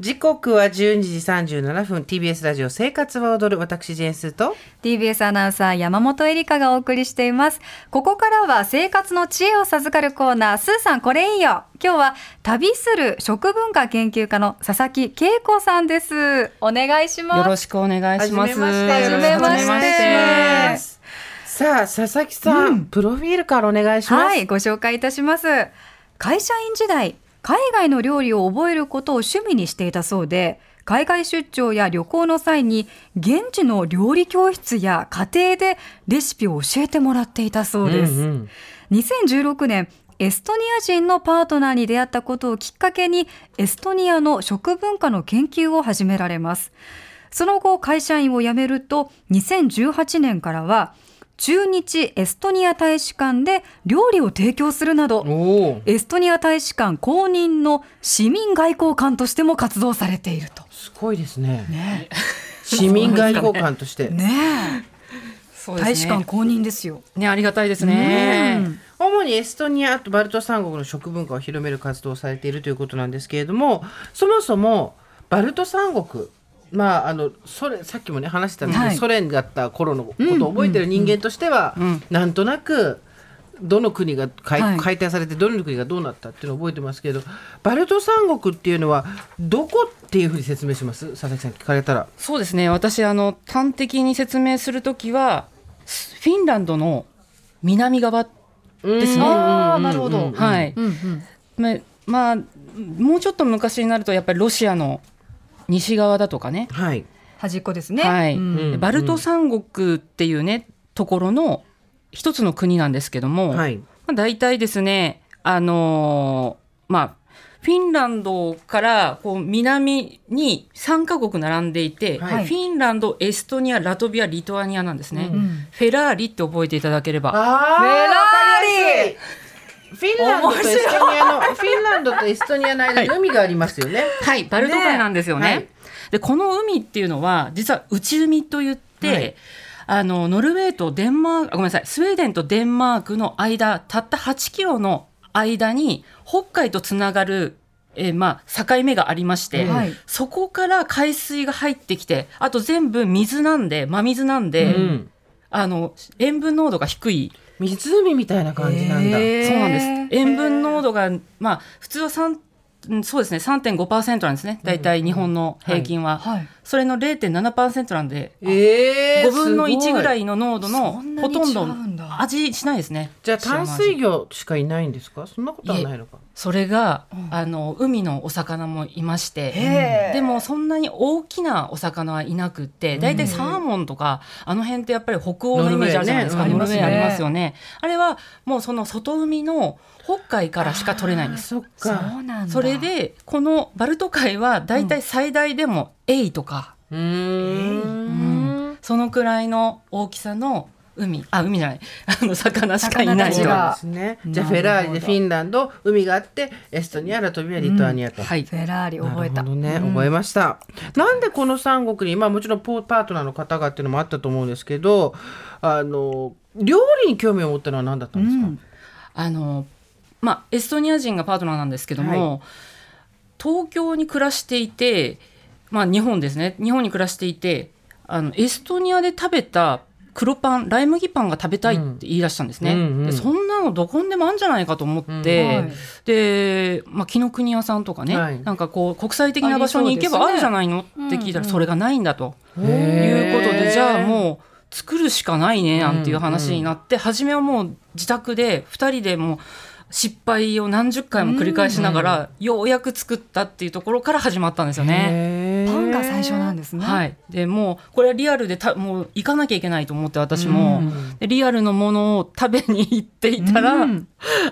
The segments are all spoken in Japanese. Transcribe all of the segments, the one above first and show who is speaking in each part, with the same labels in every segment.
Speaker 1: 時刻は12時37分 TBS ラジオ生活は踊る私ジェーンスーと
Speaker 2: TBS アナウンサー山本恵里香がお送りしていますここからは生活の知恵を授かるコーナースーさんこれいいよ今日は旅する食文化研究家の佐々木恵子さんですお願いします
Speaker 3: よろしくお願いしま
Speaker 1: は
Speaker 2: じめ
Speaker 3: す。
Speaker 2: まして
Speaker 3: はじ
Speaker 2: はじめまして
Speaker 1: さあ佐々木さん、プロフィールからお願いします、
Speaker 2: はい、ご紹介いたします。会社員時代、海外の料理を覚えることを趣味にしていたそうで、海外出張や旅行の際に現地の料理教室や家庭でレシピを教えてもらっていたそうです。
Speaker 1: うんうん
Speaker 2: 2016年エストニア人のパートナーに出会ったことをきっかけにエストニアの食文化の研究を始められますその後会社員を辞めると2018年からは中日エストニア大使館で料理を提供するなど
Speaker 1: おお
Speaker 2: エストニア大使館公認の市民外交官としても活動されていると
Speaker 1: すごいですね
Speaker 2: ね
Speaker 1: 市民外交官として、
Speaker 2: えね
Speaker 3: そ
Speaker 2: え
Speaker 3: うですね
Speaker 2: 大使館公認ですよ
Speaker 3: ねありがたいです
Speaker 2: う
Speaker 3: ね
Speaker 2: ん。
Speaker 1: 主にエストニアとバルト三国の食文化を広める活動をされているということなんですけれどもそもそもバルト三国まあ、あのソ連さっきもね話したんですけど、
Speaker 2: はい
Speaker 1: ソ連だった頃のことを覚えてる人間としては、なんとなくどの国が解,、
Speaker 2: はい
Speaker 1: 解体されてどの国がどうなったっていうのを覚えてますけどバルト三国っていうのはどこっていうふうに説明します佐々木さん聞かれたら。
Speaker 3: そうですね。私あの端的に説明するときはスフィンランドの南側ですね。
Speaker 2: あーなるほど
Speaker 3: はい。
Speaker 2: うんうん
Speaker 3: ままあもうちょっと昔になるとやっぱりロシアの西側だとかね。
Speaker 1: はい、
Speaker 2: 端っこですね
Speaker 3: はい。
Speaker 2: うん
Speaker 1: ん
Speaker 3: でバルト三国っていうねところの一つの国なんですけども。
Speaker 1: はい
Speaker 3: まあ、大体ですね、あのーまあ、フィンランドからこう南に3カ国並んでいて、
Speaker 1: はい
Speaker 3: フィンランド、エストニア、ラトビア、リトアニアなんですね。
Speaker 1: うん
Speaker 3: フェラーリって覚えていただければ。
Speaker 1: あ
Speaker 2: フェラーリ
Speaker 1: リフィンランドとエストニアのフィンランドとエストニアの間に海がありますよね。
Speaker 3: はい、バルト海なんですよね。
Speaker 1: ねはい
Speaker 3: で、この海っていうのは、実は内海といって、
Speaker 1: はい
Speaker 3: あのノルウェーとデンマークあごめんなさいスウェーデンとデンマークの間たった8キロの間に北海とつながる、えーまあ、境目がありまして、
Speaker 2: はい
Speaker 3: そこから海水が入ってきてあと全部水なんで真水なんで、
Speaker 1: うん
Speaker 3: あの塩分濃度が低い
Speaker 1: 湖みたいな感じなんだ。
Speaker 2: へー
Speaker 3: そうなんです。塩分濃度が、まあ、普通は3、うんそうですね、3.5%なんですね。大体日本の平均は。
Speaker 2: はい
Speaker 3: それの0.7%なんで、
Speaker 1: え
Speaker 3: 5分の1ぐら
Speaker 1: い。
Speaker 3: いの濃度の
Speaker 2: すごい
Speaker 3: ほとん
Speaker 2: そんなに違うん
Speaker 3: ど
Speaker 2: だ
Speaker 3: 味しないですね。
Speaker 1: じゃあ淡水
Speaker 3: 塩の味
Speaker 1: 魚しかいないんですか？そんなことはないのか。
Speaker 3: それが、
Speaker 2: うん
Speaker 3: あの、海のお魚もいまして、
Speaker 2: へえ
Speaker 3: でもそんなに大きなお魚はいなくって、大体サーモンとか、あの辺ってやっぱり北欧のイメージあるじゃないですか。
Speaker 1: ノル
Speaker 3: ノ
Speaker 1: ウ
Speaker 3: ルウ
Speaker 1: ェーね
Speaker 3: ェーありますよね。あれはもうその外海の北海からしか取れないんです
Speaker 1: あ。そっ
Speaker 2: そう
Speaker 1: か。
Speaker 2: なんだ
Speaker 3: それでこのバルト海はだいたい最大でもエイとか、
Speaker 1: うーん。
Speaker 3: うんそのくらいの大きさの海あ海じゃないあの魚しかい
Speaker 2: 魚
Speaker 3: な
Speaker 2: た
Speaker 3: い
Speaker 2: ち
Speaker 1: そうなん
Speaker 2: が
Speaker 1: ですね。じゃあ
Speaker 2: なるほど
Speaker 1: フェラーリでフィンランド、海があってエストニア、ラトビア、リトアニアと。
Speaker 3: はい
Speaker 2: フェラーリ覚え
Speaker 1: な
Speaker 2: た
Speaker 1: るほどね、覚えました。なんでこの三国に、まあもちろんポーパートナーの方がっていうのもあったと思うんですけど、あの料理に興味を持ったのは何だったんですか。
Speaker 2: うん
Speaker 3: あのまあエストニア人がパートナーなんですけども、東京に暮らしていてまあ日本ですね日本に暮らしていてあのエストニアで食べた黒パンライ麦パンが食べたいって言い出したんですね、
Speaker 1: うんうんうん
Speaker 3: でそんなのどこにでもあるんじゃないかと思って、
Speaker 2: うんはい
Speaker 3: で、まあ、紀ノ国屋さんとかね、
Speaker 1: はい
Speaker 3: なんかこう国際的な場所に行けば
Speaker 2: あ
Speaker 3: あ
Speaker 2: りそうですね
Speaker 3: るじゃないのって聞いたらそれがないんだと、
Speaker 1: へー
Speaker 3: いうことでじゃあもう作るしかないねなんていう話になって、初めはもう自宅で2人でもう失敗を何十回も繰り返しながら、ようやく作ったっていうところから始まったんですよね。
Speaker 1: へー
Speaker 2: パンが最初なんですね、
Speaker 3: はい、でもうこれはリアルでたもう行かなきゃいけないと思って私も、
Speaker 1: うん
Speaker 3: でリアルのものを食べに行っていたら、
Speaker 2: うん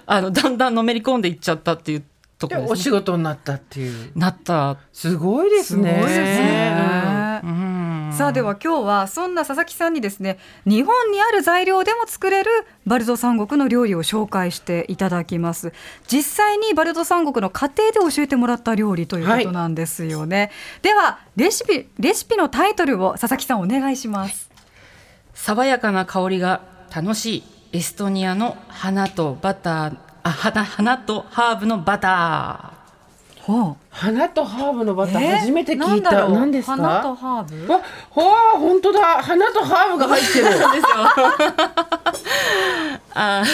Speaker 3: あのだんだんのめり込んでいっちゃったっていうと
Speaker 1: で
Speaker 3: ころ
Speaker 1: お
Speaker 3: です、
Speaker 1: 仕
Speaker 3: ね、
Speaker 1: 事になったっていう
Speaker 3: なった、
Speaker 1: すごいです
Speaker 2: すごい
Speaker 1: ね。
Speaker 2: ですね、
Speaker 3: うん
Speaker 2: さあでは今日はそんな佐々木さんにですね日本にある材料でも作れるバルト三国の料理を紹介していただきます実際にバルト三国の家庭で教えてもらった料理ということなんですよね、ではレシピレシピのタイトルを佐々木さんお願いします
Speaker 3: 爽やかな香りが楽しいエストニアの花とバターあ花花とハーブのバター
Speaker 2: ほう
Speaker 1: 花とハーブのバタ
Speaker 2: え
Speaker 1: ー初めて聞い
Speaker 2: なんだ
Speaker 1: た。
Speaker 2: ろう
Speaker 1: 何ですか？
Speaker 2: 花とハーブ
Speaker 1: わ、ほわ、本当だ。花とハーブが入ってる。
Speaker 3: あ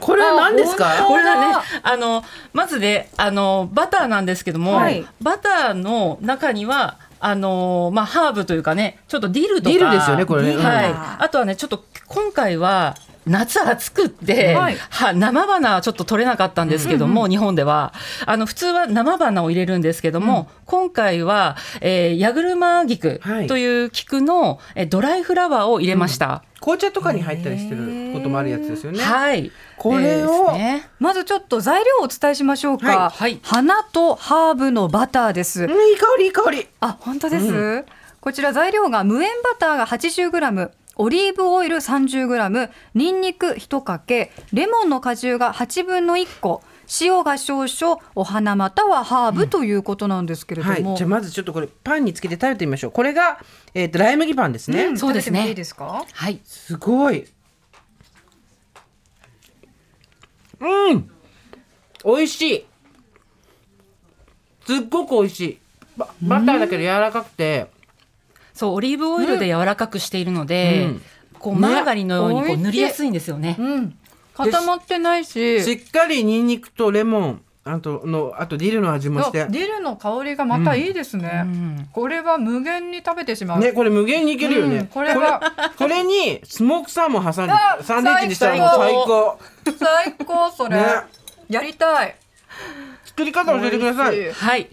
Speaker 1: これは何です
Speaker 2: あ
Speaker 1: か？
Speaker 3: こ
Speaker 2: 本
Speaker 3: れ
Speaker 2: 当
Speaker 3: は
Speaker 2: だ
Speaker 3: ねあのまずであのバターなんですけども、
Speaker 2: はい
Speaker 3: バターの中にはあのまあハーブというかねちょっとディルとか
Speaker 1: ディルですよねこれね
Speaker 3: ディルはい
Speaker 2: うん
Speaker 3: あとはねちょっと今回は夏暑くって、
Speaker 2: はい
Speaker 3: は生花はちょっと取れなかったんですけども、日本ではあの普通は生花を入れるんですけども、今回は、えー、ヤグルマ菊
Speaker 1: はい
Speaker 3: という菊の、えードライフラワーを入れました、
Speaker 1: 紅茶とかに入ったりしてることもあるやつですよね。
Speaker 3: はい
Speaker 1: これを
Speaker 3: ですね
Speaker 2: まずちょっと材料をお伝えしましょうか、
Speaker 1: はい
Speaker 3: はい
Speaker 2: 花とハーブのバターです、
Speaker 1: うん、いい香り、いい香り。
Speaker 2: あ本当です、こちら材料が無塩バターが 80g オリーブオイル 30g にんにく1かけレモンの果汁が8分の1個塩が少々お花またはハーブということなんですけれども、
Speaker 1: はい、じゃあまずちょっとこれパンにつけて食べてみましょう。これがえっ、とライ麦パンですね。
Speaker 2: ん
Speaker 3: そうです
Speaker 2: 食べ
Speaker 3: ね
Speaker 2: てもいいですか
Speaker 3: はい
Speaker 1: すごい。うん。美味しい。すっごく美味しい。ババターだけど柔らかくて、
Speaker 3: そうオリーブオイルで柔らかくしているので、
Speaker 1: うん
Speaker 3: こうマーガリンのように
Speaker 2: 美
Speaker 3: こう
Speaker 2: 味しい
Speaker 3: 塗りやすいんですよね。
Speaker 2: うん固まってないし
Speaker 1: しっかりニンニクとレモン、あとのあとディルの味もし
Speaker 2: そうデ
Speaker 1: て。
Speaker 2: ィルの香りがまたいいですね、
Speaker 3: うん
Speaker 2: これは無限に食べてしまう、
Speaker 1: ね、これ無限にいけるよね。
Speaker 2: うんこれは
Speaker 1: これこれにスモークサーモン挟んで
Speaker 2: あ
Speaker 1: サンドイッチにしたらもう最
Speaker 2: 最
Speaker 1: 高。
Speaker 2: 最高それ、
Speaker 1: ね
Speaker 2: やりたい
Speaker 1: 作り方教えてくださ
Speaker 2: 美味し
Speaker 1: い。
Speaker 3: はい。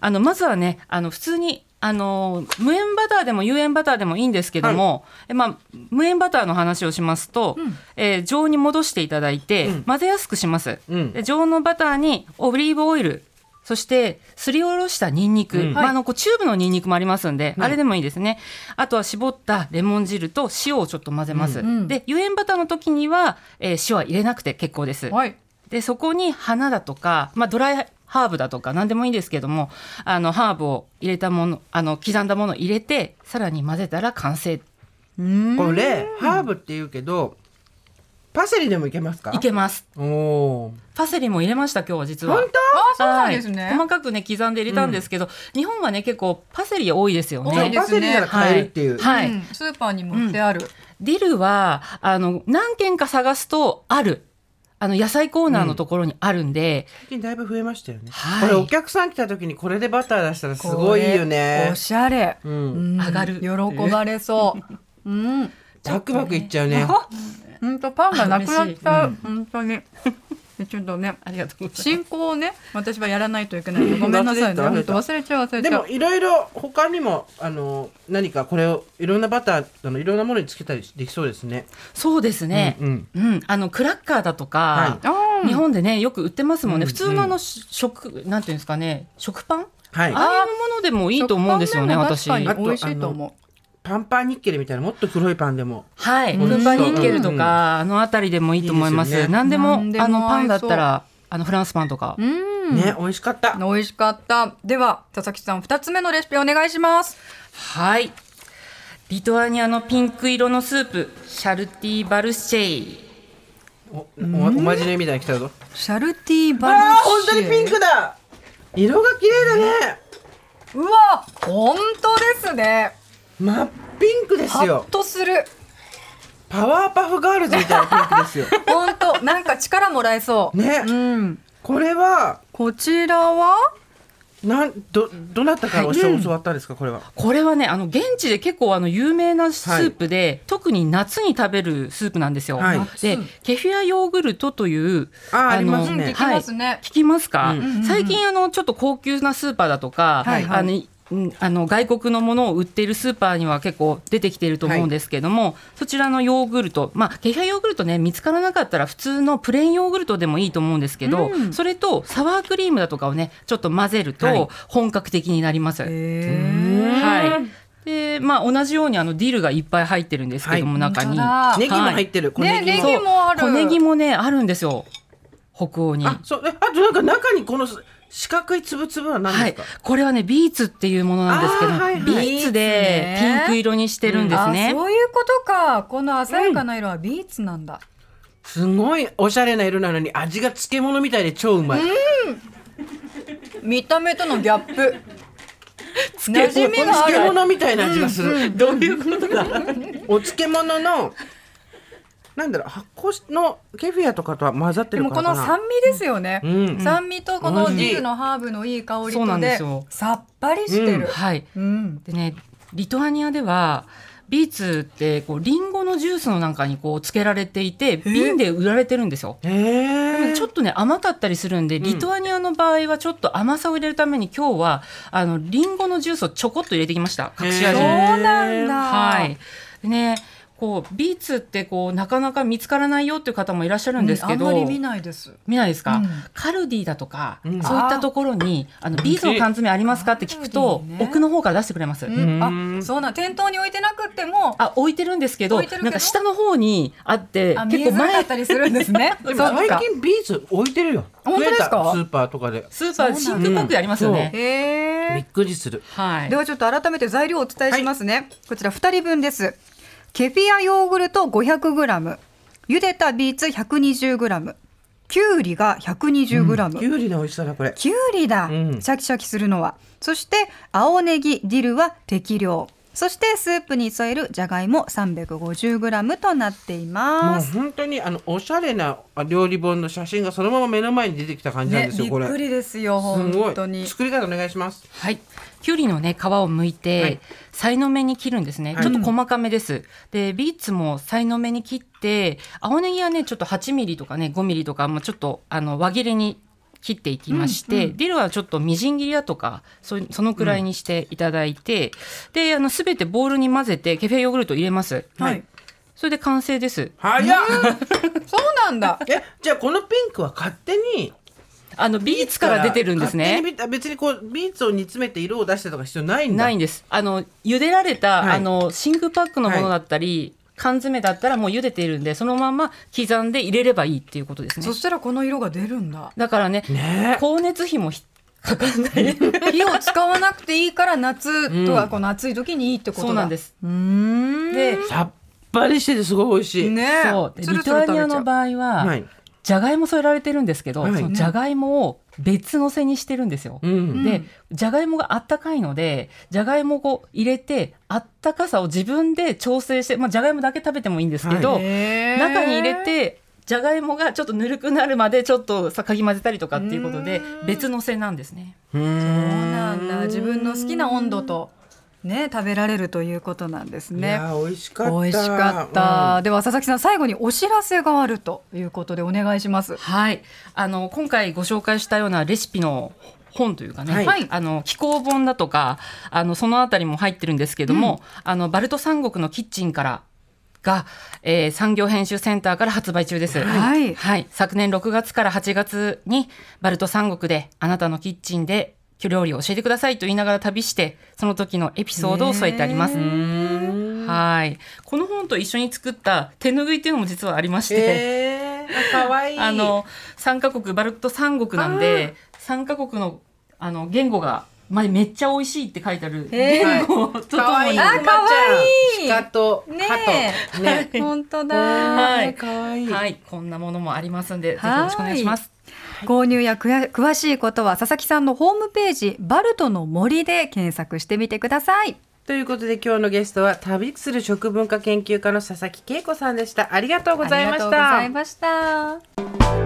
Speaker 3: あのまずはね、あの普通にあの無塩バターでも有塩バターでもいいんですけども、えまあ無塩バターの話をしますと、えー常温に戻していただいて、混ぜやすくします。
Speaker 1: うん
Speaker 3: で常温のバターにオリーブオイル。そしてすりおろしたニンニク、
Speaker 1: うん
Speaker 3: まあ、あのこうチューブのニンニクもありますんで、
Speaker 1: はい
Speaker 3: あれでもいいですねあとは絞ったレモン汁と塩をちょっと混ぜます、
Speaker 2: んうん
Speaker 3: で有塩バターの時には、えー塩は入れなくて結構です、
Speaker 2: はい
Speaker 3: でそこに花だとか、まあ、ドライハーブだとか何でもいいんですけどもあのハーブを入れたものあの刻んだものを入れてさらに混ぜたら完成
Speaker 1: これハーブって言うけど、パセリでもいけますか？
Speaker 3: いけます
Speaker 1: おお
Speaker 3: パセリも入れました今日は実
Speaker 1: ー。
Speaker 3: は
Speaker 1: 本当？
Speaker 2: あそうなんですね、
Speaker 3: はい細かくね刻んで入れたんですけど、日本はね結構パセリ多いですよ
Speaker 2: 多
Speaker 3: ね
Speaker 2: いですね
Speaker 1: パセリなら買えるっていう。
Speaker 3: はい、
Speaker 2: うんスーパーにも売ってある、
Speaker 3: ディルはあの何軒か探すとあるあの野菜コーナーのところにあるんで、
Speaker 1: 最近だいぶ増えましたよね。
Speaker 3: はい
Speaker 1: これお客さん来た時にこれでバター出したらすごいよ
Speaker 2: これ
Speaker 1: ね
Speaker 2: お。しゃれ、
Speaker 1: うん。
Speaker 2: うん
Speaker 3: 上がる
Speaker 2: 喜ばれそううん
Speaker 1: バクバクいっちゃうね。
Speaker 2: 本当パンがなくなっちゃう本当に でちょっとね
Speaker 3: ありがとうございます
Speaker 2: 進行をね私はやらないといけないのでごめんなさい
Speaker 1: 忘
Speaker 2: ね本
Speaker 1: れてた
Speaker 2: 当忘れちゃう忘れ
Speaker 1: で
Speaker 2: ちゃ
Speaker 1: も
Speaker 2: う
Speaker 1: いろいろ他にもあの何かこれをいろんなバターあのいろんなものにつけたりできそうですね。
Speaker 3: そうですね、
Speaker 1: うんうん
Speaker 3: うん、あのクラッカーだとか、
Speaker 1: は
Speaker 2: あー
Speaker 3: 日本でねよく売ってますもんね、
Speaker 1: うん
Speaker 3: 普通のあのし食なんていうんですかね食パン
Speaker 1: はい。
Speaker 3: ああいうものでもいいと思うんですよね
Speaker 2: 食パン
Speaker 3: 私
Speaker 2: でも
Speaker 1: あと
Speaker 2: 確かに美味しいと思う
Speaker 1: パンパンニッケルみたいなもっと黒いパンでも。
Speaker 3: はい
Speaker 1: うん
Speaker 3: ウーパーニッケルとか、あのあたりでもいいと思いま
Speaker 1: いい
Speaker 3: す
Speaker 1: ですよね
Speaker 3: 何でも
Speaker 2: 何でも
Speaker 3: あのパン
Speaker 2: 合
Speaker 3: だっ
Speaker 2: いそう
Speaker 3: たらあのフランスパンとか、
Speaker 2: うん
Speaker 1: ね美味しかった。
Speaker 2: 美味しかったでは佐々木さん二つ目のレシピお願いします
Speaker 3: はいリトアニアのピンク色のスープシャルティ・バルシェイ
Speaker 1: おおおまじねみたいに来たぞ。
Speaker 2: シャルティバルシェ
Speaker 1: ああ本当にピンクだ。色が綺麗だね。
Speaker 2: うわ本当ですね
Speaker 1: 真っピンクです
Speaker 2: ハ
Speaker 1: よ
Speaker 2: ッ。とする
Speaker 1: パワーパフガールズみたいなピンクです よ。
Speaker 2: 本当なんか力もらえそう
Speaker 1: ね
Speaker 2: うん
Speaker 1: これは
Speaker 2: こちらは
Speaker 1: なんどどなたから教わったんですかこれは。
Speaker 3: これはねあの現地で結構あの有名なスープで、特に夏に食べるスープなんですよ。
Speaker 1: はい
Speaker 3: でケフィアヨーグルトという
Speaker 1: あーあります
Speaker 3: の
Speaker 1: ね
Speaker 3: は
Speaker 1: 聞
Speaker 2: き
Speaker 3: い
Speaker 2: ますね
Speaker 3: 聞きますか、
Speaker 1: うんうん
Speaker 2: うん
Speaker 3: 最近あのちょっと高級なスーパーだとか、
Speaker 2: はいはい
Speaker 3: あのいうんあの外国のものを売っているスーパーには結構出てきていると思うんですけども、そちらのヨーグルト、まあ、ケフィアヨーグルトね見つからなかったら普通のプレーンヨーグルトでもいいと思うんですけど、
Speaker 2: うん
Speaker 3: それとサワークリームだとかをねちょっと混ぜる
Speaker 1: はい
Speaker 3: と本格的になります。はい。で、まあ同じようにあのディルがいっぱい入ってるんですけども、
Speaker 1: は
Speaker 3: 中に。
Speaker 2: 本当だ
Speaker 1: ネギも入ってる。小ネ
Speaker 2: ね
Speaker 1: ギ
Speaker 2: ネギ
Speaker 3: そう
Speaker 2: もある
Speaker 3: 小ネギもねあるんですよ。北欧に。
Speaker 1: あ、そう、えあとなんか中にこの四角いつぶつぶは何
Speaker 3: は
Speaker 1: です
Speaker 3: い
Speaker 1: か。、
Speaker 3: これはねビーツっていうものなんですけど、
Speaker 1: あーはいはい
Speaker 3: ビーツで
Speaker 2: ビーツね
Speaker 3: ピンク色にしてるんです
Speaker 2: あ
Speaker 3: ね。
Speaker 2: そういうことかこの鮮やかな色はビーツなんだ、
Speaker 1: すごいおしゃれな色なのに味が漬物みたいで超うまい。
Speaker 2: 見た目とのギャップ馴染み
Speaker 1: 漬
Speaker 2: がある
Speaker 1: 物みたいな味がする。どういうことだ。お漬物の。なんだろう発酵のケフィアとかとは混ざって
Speaker 2: で
Speaker 1: る
Speaker 2: も
Speaker 1: か
Speaker 2: こ
Speaker 1: らかな
Speaker 2: の酸味ですよね、
Speaker 1: うん
Speaker 2: 酸味とこのディルのハーブのいい香り
Speaker 3: そうな
Speaker 2: と
Speaker 3: んで
Speaker 2: です
Speaker 3: よ
Speaker 2: さっぱりしてる、
Speaker 3: はい。
Speaker 2: うん
Speaker 3: でね、リトアニアでは、ビーツってこうリンゴのジュースのなんかにこうつけられていて瓶で売られてるんですよ。
Speaker 1: へえ
Speaker 3: ちょっとね甘かったりするんで、リトアニアの場合はちょっと甘さを入れるために今日はあのリンゴのジュースをちょこっと入れてきました隠し
Speaker 2: そう
Speaker 3: 味
Speaker 1: へ
Speaker 3: に。
Speaker 1: ー
Speaker 2: なんだ、
Speaker 3: はい。でね、こうビーツってこうなかなか見つからないよっていう方もいらっしゃるんですけど、
Speaker 2: うんあんまり見ないです
Speaker 3: 見ないですか、
Speaker 2: うん
Speaker 3: カルディだとか、
Speaker 1: うん
Speaker 3: そういったところにあのビーズの缶詰ありますかって聞くと、
Speaker 2: カルディね
Speaker 3: 奥の方から出してくれます、
Speaker 1: ん
Speaker 2: うんあそうなん店頭に置いてなくっても
Speaker 3: あ置いてるんですけど
Speaker 2: 置いてるけど
Speaker 3: なんか下の方にあって
Speaker 2: あ見
Speaker 3: 結
Speaker 2: え
Speaker 3: 構
Speaker 2: づらか
Speaker 3: 前
Speaker 2: ったりするんですね
Speaker 1: でも
Speaker 2: そっか
Speaker 1: 最近ビーズ置いてるよ
Speaker 2: 本当で
Speaker 1: 増え
Speaker 2: すか
Speaker 1: たスーパーとかで
Speaker 3: スーパーシンクパックでありますよね、
Speaker 2: へ
Speaker 1: びっ
Speaker 2: え。
Speaker 1: くりする
Speaker 3: はい
Speaker 2: ではちょっと改めて材料をお伝えしますね。こちら2人分です。ケピアヨーグルト 500g、茹でたビーツ 120g、きゅうりが 120g、
Speaker 1: きゅうりの美味しさだこれ
Speaker 2: きゅうりだ、
Speaker 1: うん
Speaker 2: シャキシャキするのは。そして青ネギ、ディルは適量。そしてスープに添えるじゃがいも 350g となってい
Speaker 1: も
Speaker 2: ま
Speaker 1: う
Speaker 2: す。
Speaker 1: 本当にあのおしゃれな料理本の写真がそのまま目の前に出てきた感じなんですよ、これす
Speaker 2: りですよ
Speaker 1: ごい作り方お願いします
Speaker 3: はい、きゅうりのね皮を剥いて、
Speaker 1: はい
Speaker 3: さいの目に切るんですね、
Speaker 1: はい
Speaker 3: ちょっと細かめですでビーツもさいの目に切って青ネギはねちょっと8ミリとかね5ミリとか、まあ、ちょっとあの輪切れに切っていきまして、ディルはちょっとみじん切りだとかそそのくらいにしていただいて、であの全てボウルに混ぜてケフェヨーグルト入れます
Speaker 2: はい。
Speaker 3: それで完成です
Speaker 1: 早っ
Speaker 2: そうなんだ。
Speaker 1: えじゃあこのピンクは勝手に
Speaker 3: あのビーツから出てるんですね
Speaker 1: 勝手にビー別にこうビーツを煮詰めて色を出してとか必要ないんだ
Speaker 3: ないんです。あの茹でられた、
Speaker 1: はい
Speaker 3: あの真空パックのものだったり、缶詰だったらもう茹でているんでそのまま刻んで入れればいいっていうことですね
Speaker 2: そ。したらこの色が出るんだ。
Speaker 3: だからね
Speaker 1: ねえ
Speaker 3: 光熱費もひかかんない。
Speaker 2: 火を使わなくていいから夏とはこの暑い時にいいってことだ、
Speaker 3: そうなんです。
Speaker 2: うーん
Speaker 3: で、
Speaker 1: さっぱりしててすごい美味しい、
Speaker 2: ね
Speaker 3: そうで
Speaker 2: つる
Speaker 3: リ
Speaker 2: つ
Speaker 3: ト
Speaker 2: る
Speaker 3: ア
Speaker 2: 食べ
Speaker 3: ニ
Speaker 2: ちゃ
Speaker 3: ア
Speaker 2: う
Speaker 3: の場合
Speaker 1: は、
Speaker 3: はいじゃがいも添えられてるんですけど、
Speaker 1: はい
Speaker 3: そのじゃがいもを別のせにしてるんですよ。
Speaker 1: うん、
Speaker 3: でじゃがいもがあったかいのでじゃがいもをこう入れてあったかさを自分で調整して、まあ、じゃがいもだけ食べてもいいんですけど、
Speaker 1: は
Speaker 2: へー
Speaker 3: 中に入れてじゃがいもがちょっとぬるくなるまでちょっとさかき混ぜたりとかっていうことで別のせなんですね。
Speaker 1: そう
Speaker 2: そうなんだ自分の好きな温度とね食べられるということなんです
Speaker 1: い
Speaker 2: ね
Speaker 1: やー美味しかった
Speaker 2: 美味しかった、では佐々木さん最後にお知らせがあるということでお願いします
Speaker 3: はい、あの今回ご紹介したようなレシピの本というかね、
Speaker 1: はい
Speaker 2: はい
Speaker 3: あの気候本だとかあのそのあたりも入ってるんですけども、あのバルト三国のキッチンからが、えー産業編集センターから発売中です。
Speaker 2: はい
Speaker 3: はい、昨年6月から8月にバルト三国であなたのキッチンで料理を教えてくださいと言いながら旅してその時のエピソードを添えてあります。はい、この本と一緒に作った手ぬぐいっていうのも実はありまして、
Speaker 1: えー、かわいい
Speaker 3: あの3カ国バルト三国なんで3カ国のあの言語が、まあ、めっちゃ美味しいって書いてある
Speaker 2: へー
Speaker 3: 言語とと
Speaker 1: かわ
Speaker 3: も
Speaker 1: いい
Speaker 3: に。
Speaker 2: あかわいい
Speaker 1: 熊ちゃん鹿と
Speaker 2: ね
Speaker 1: 鳩ね
Speaker 2: え本当だ、
Speaker 3: は
Speaker 1: かわいい
Speaker 3: はい、こんなものもありますんで、ぜひ
Speaker 2: はい
Speaker 3: よろしくお願いします。
Speaker 2: 購入やくや詳しいことは佐々木さんのホームページバルトの森で検索してみてください
Speaker 1: ということで今日のゲストは旅する食文化研究家の佐々木恵子さんでしたありがとうございました
Speaker 2: ありがとうございました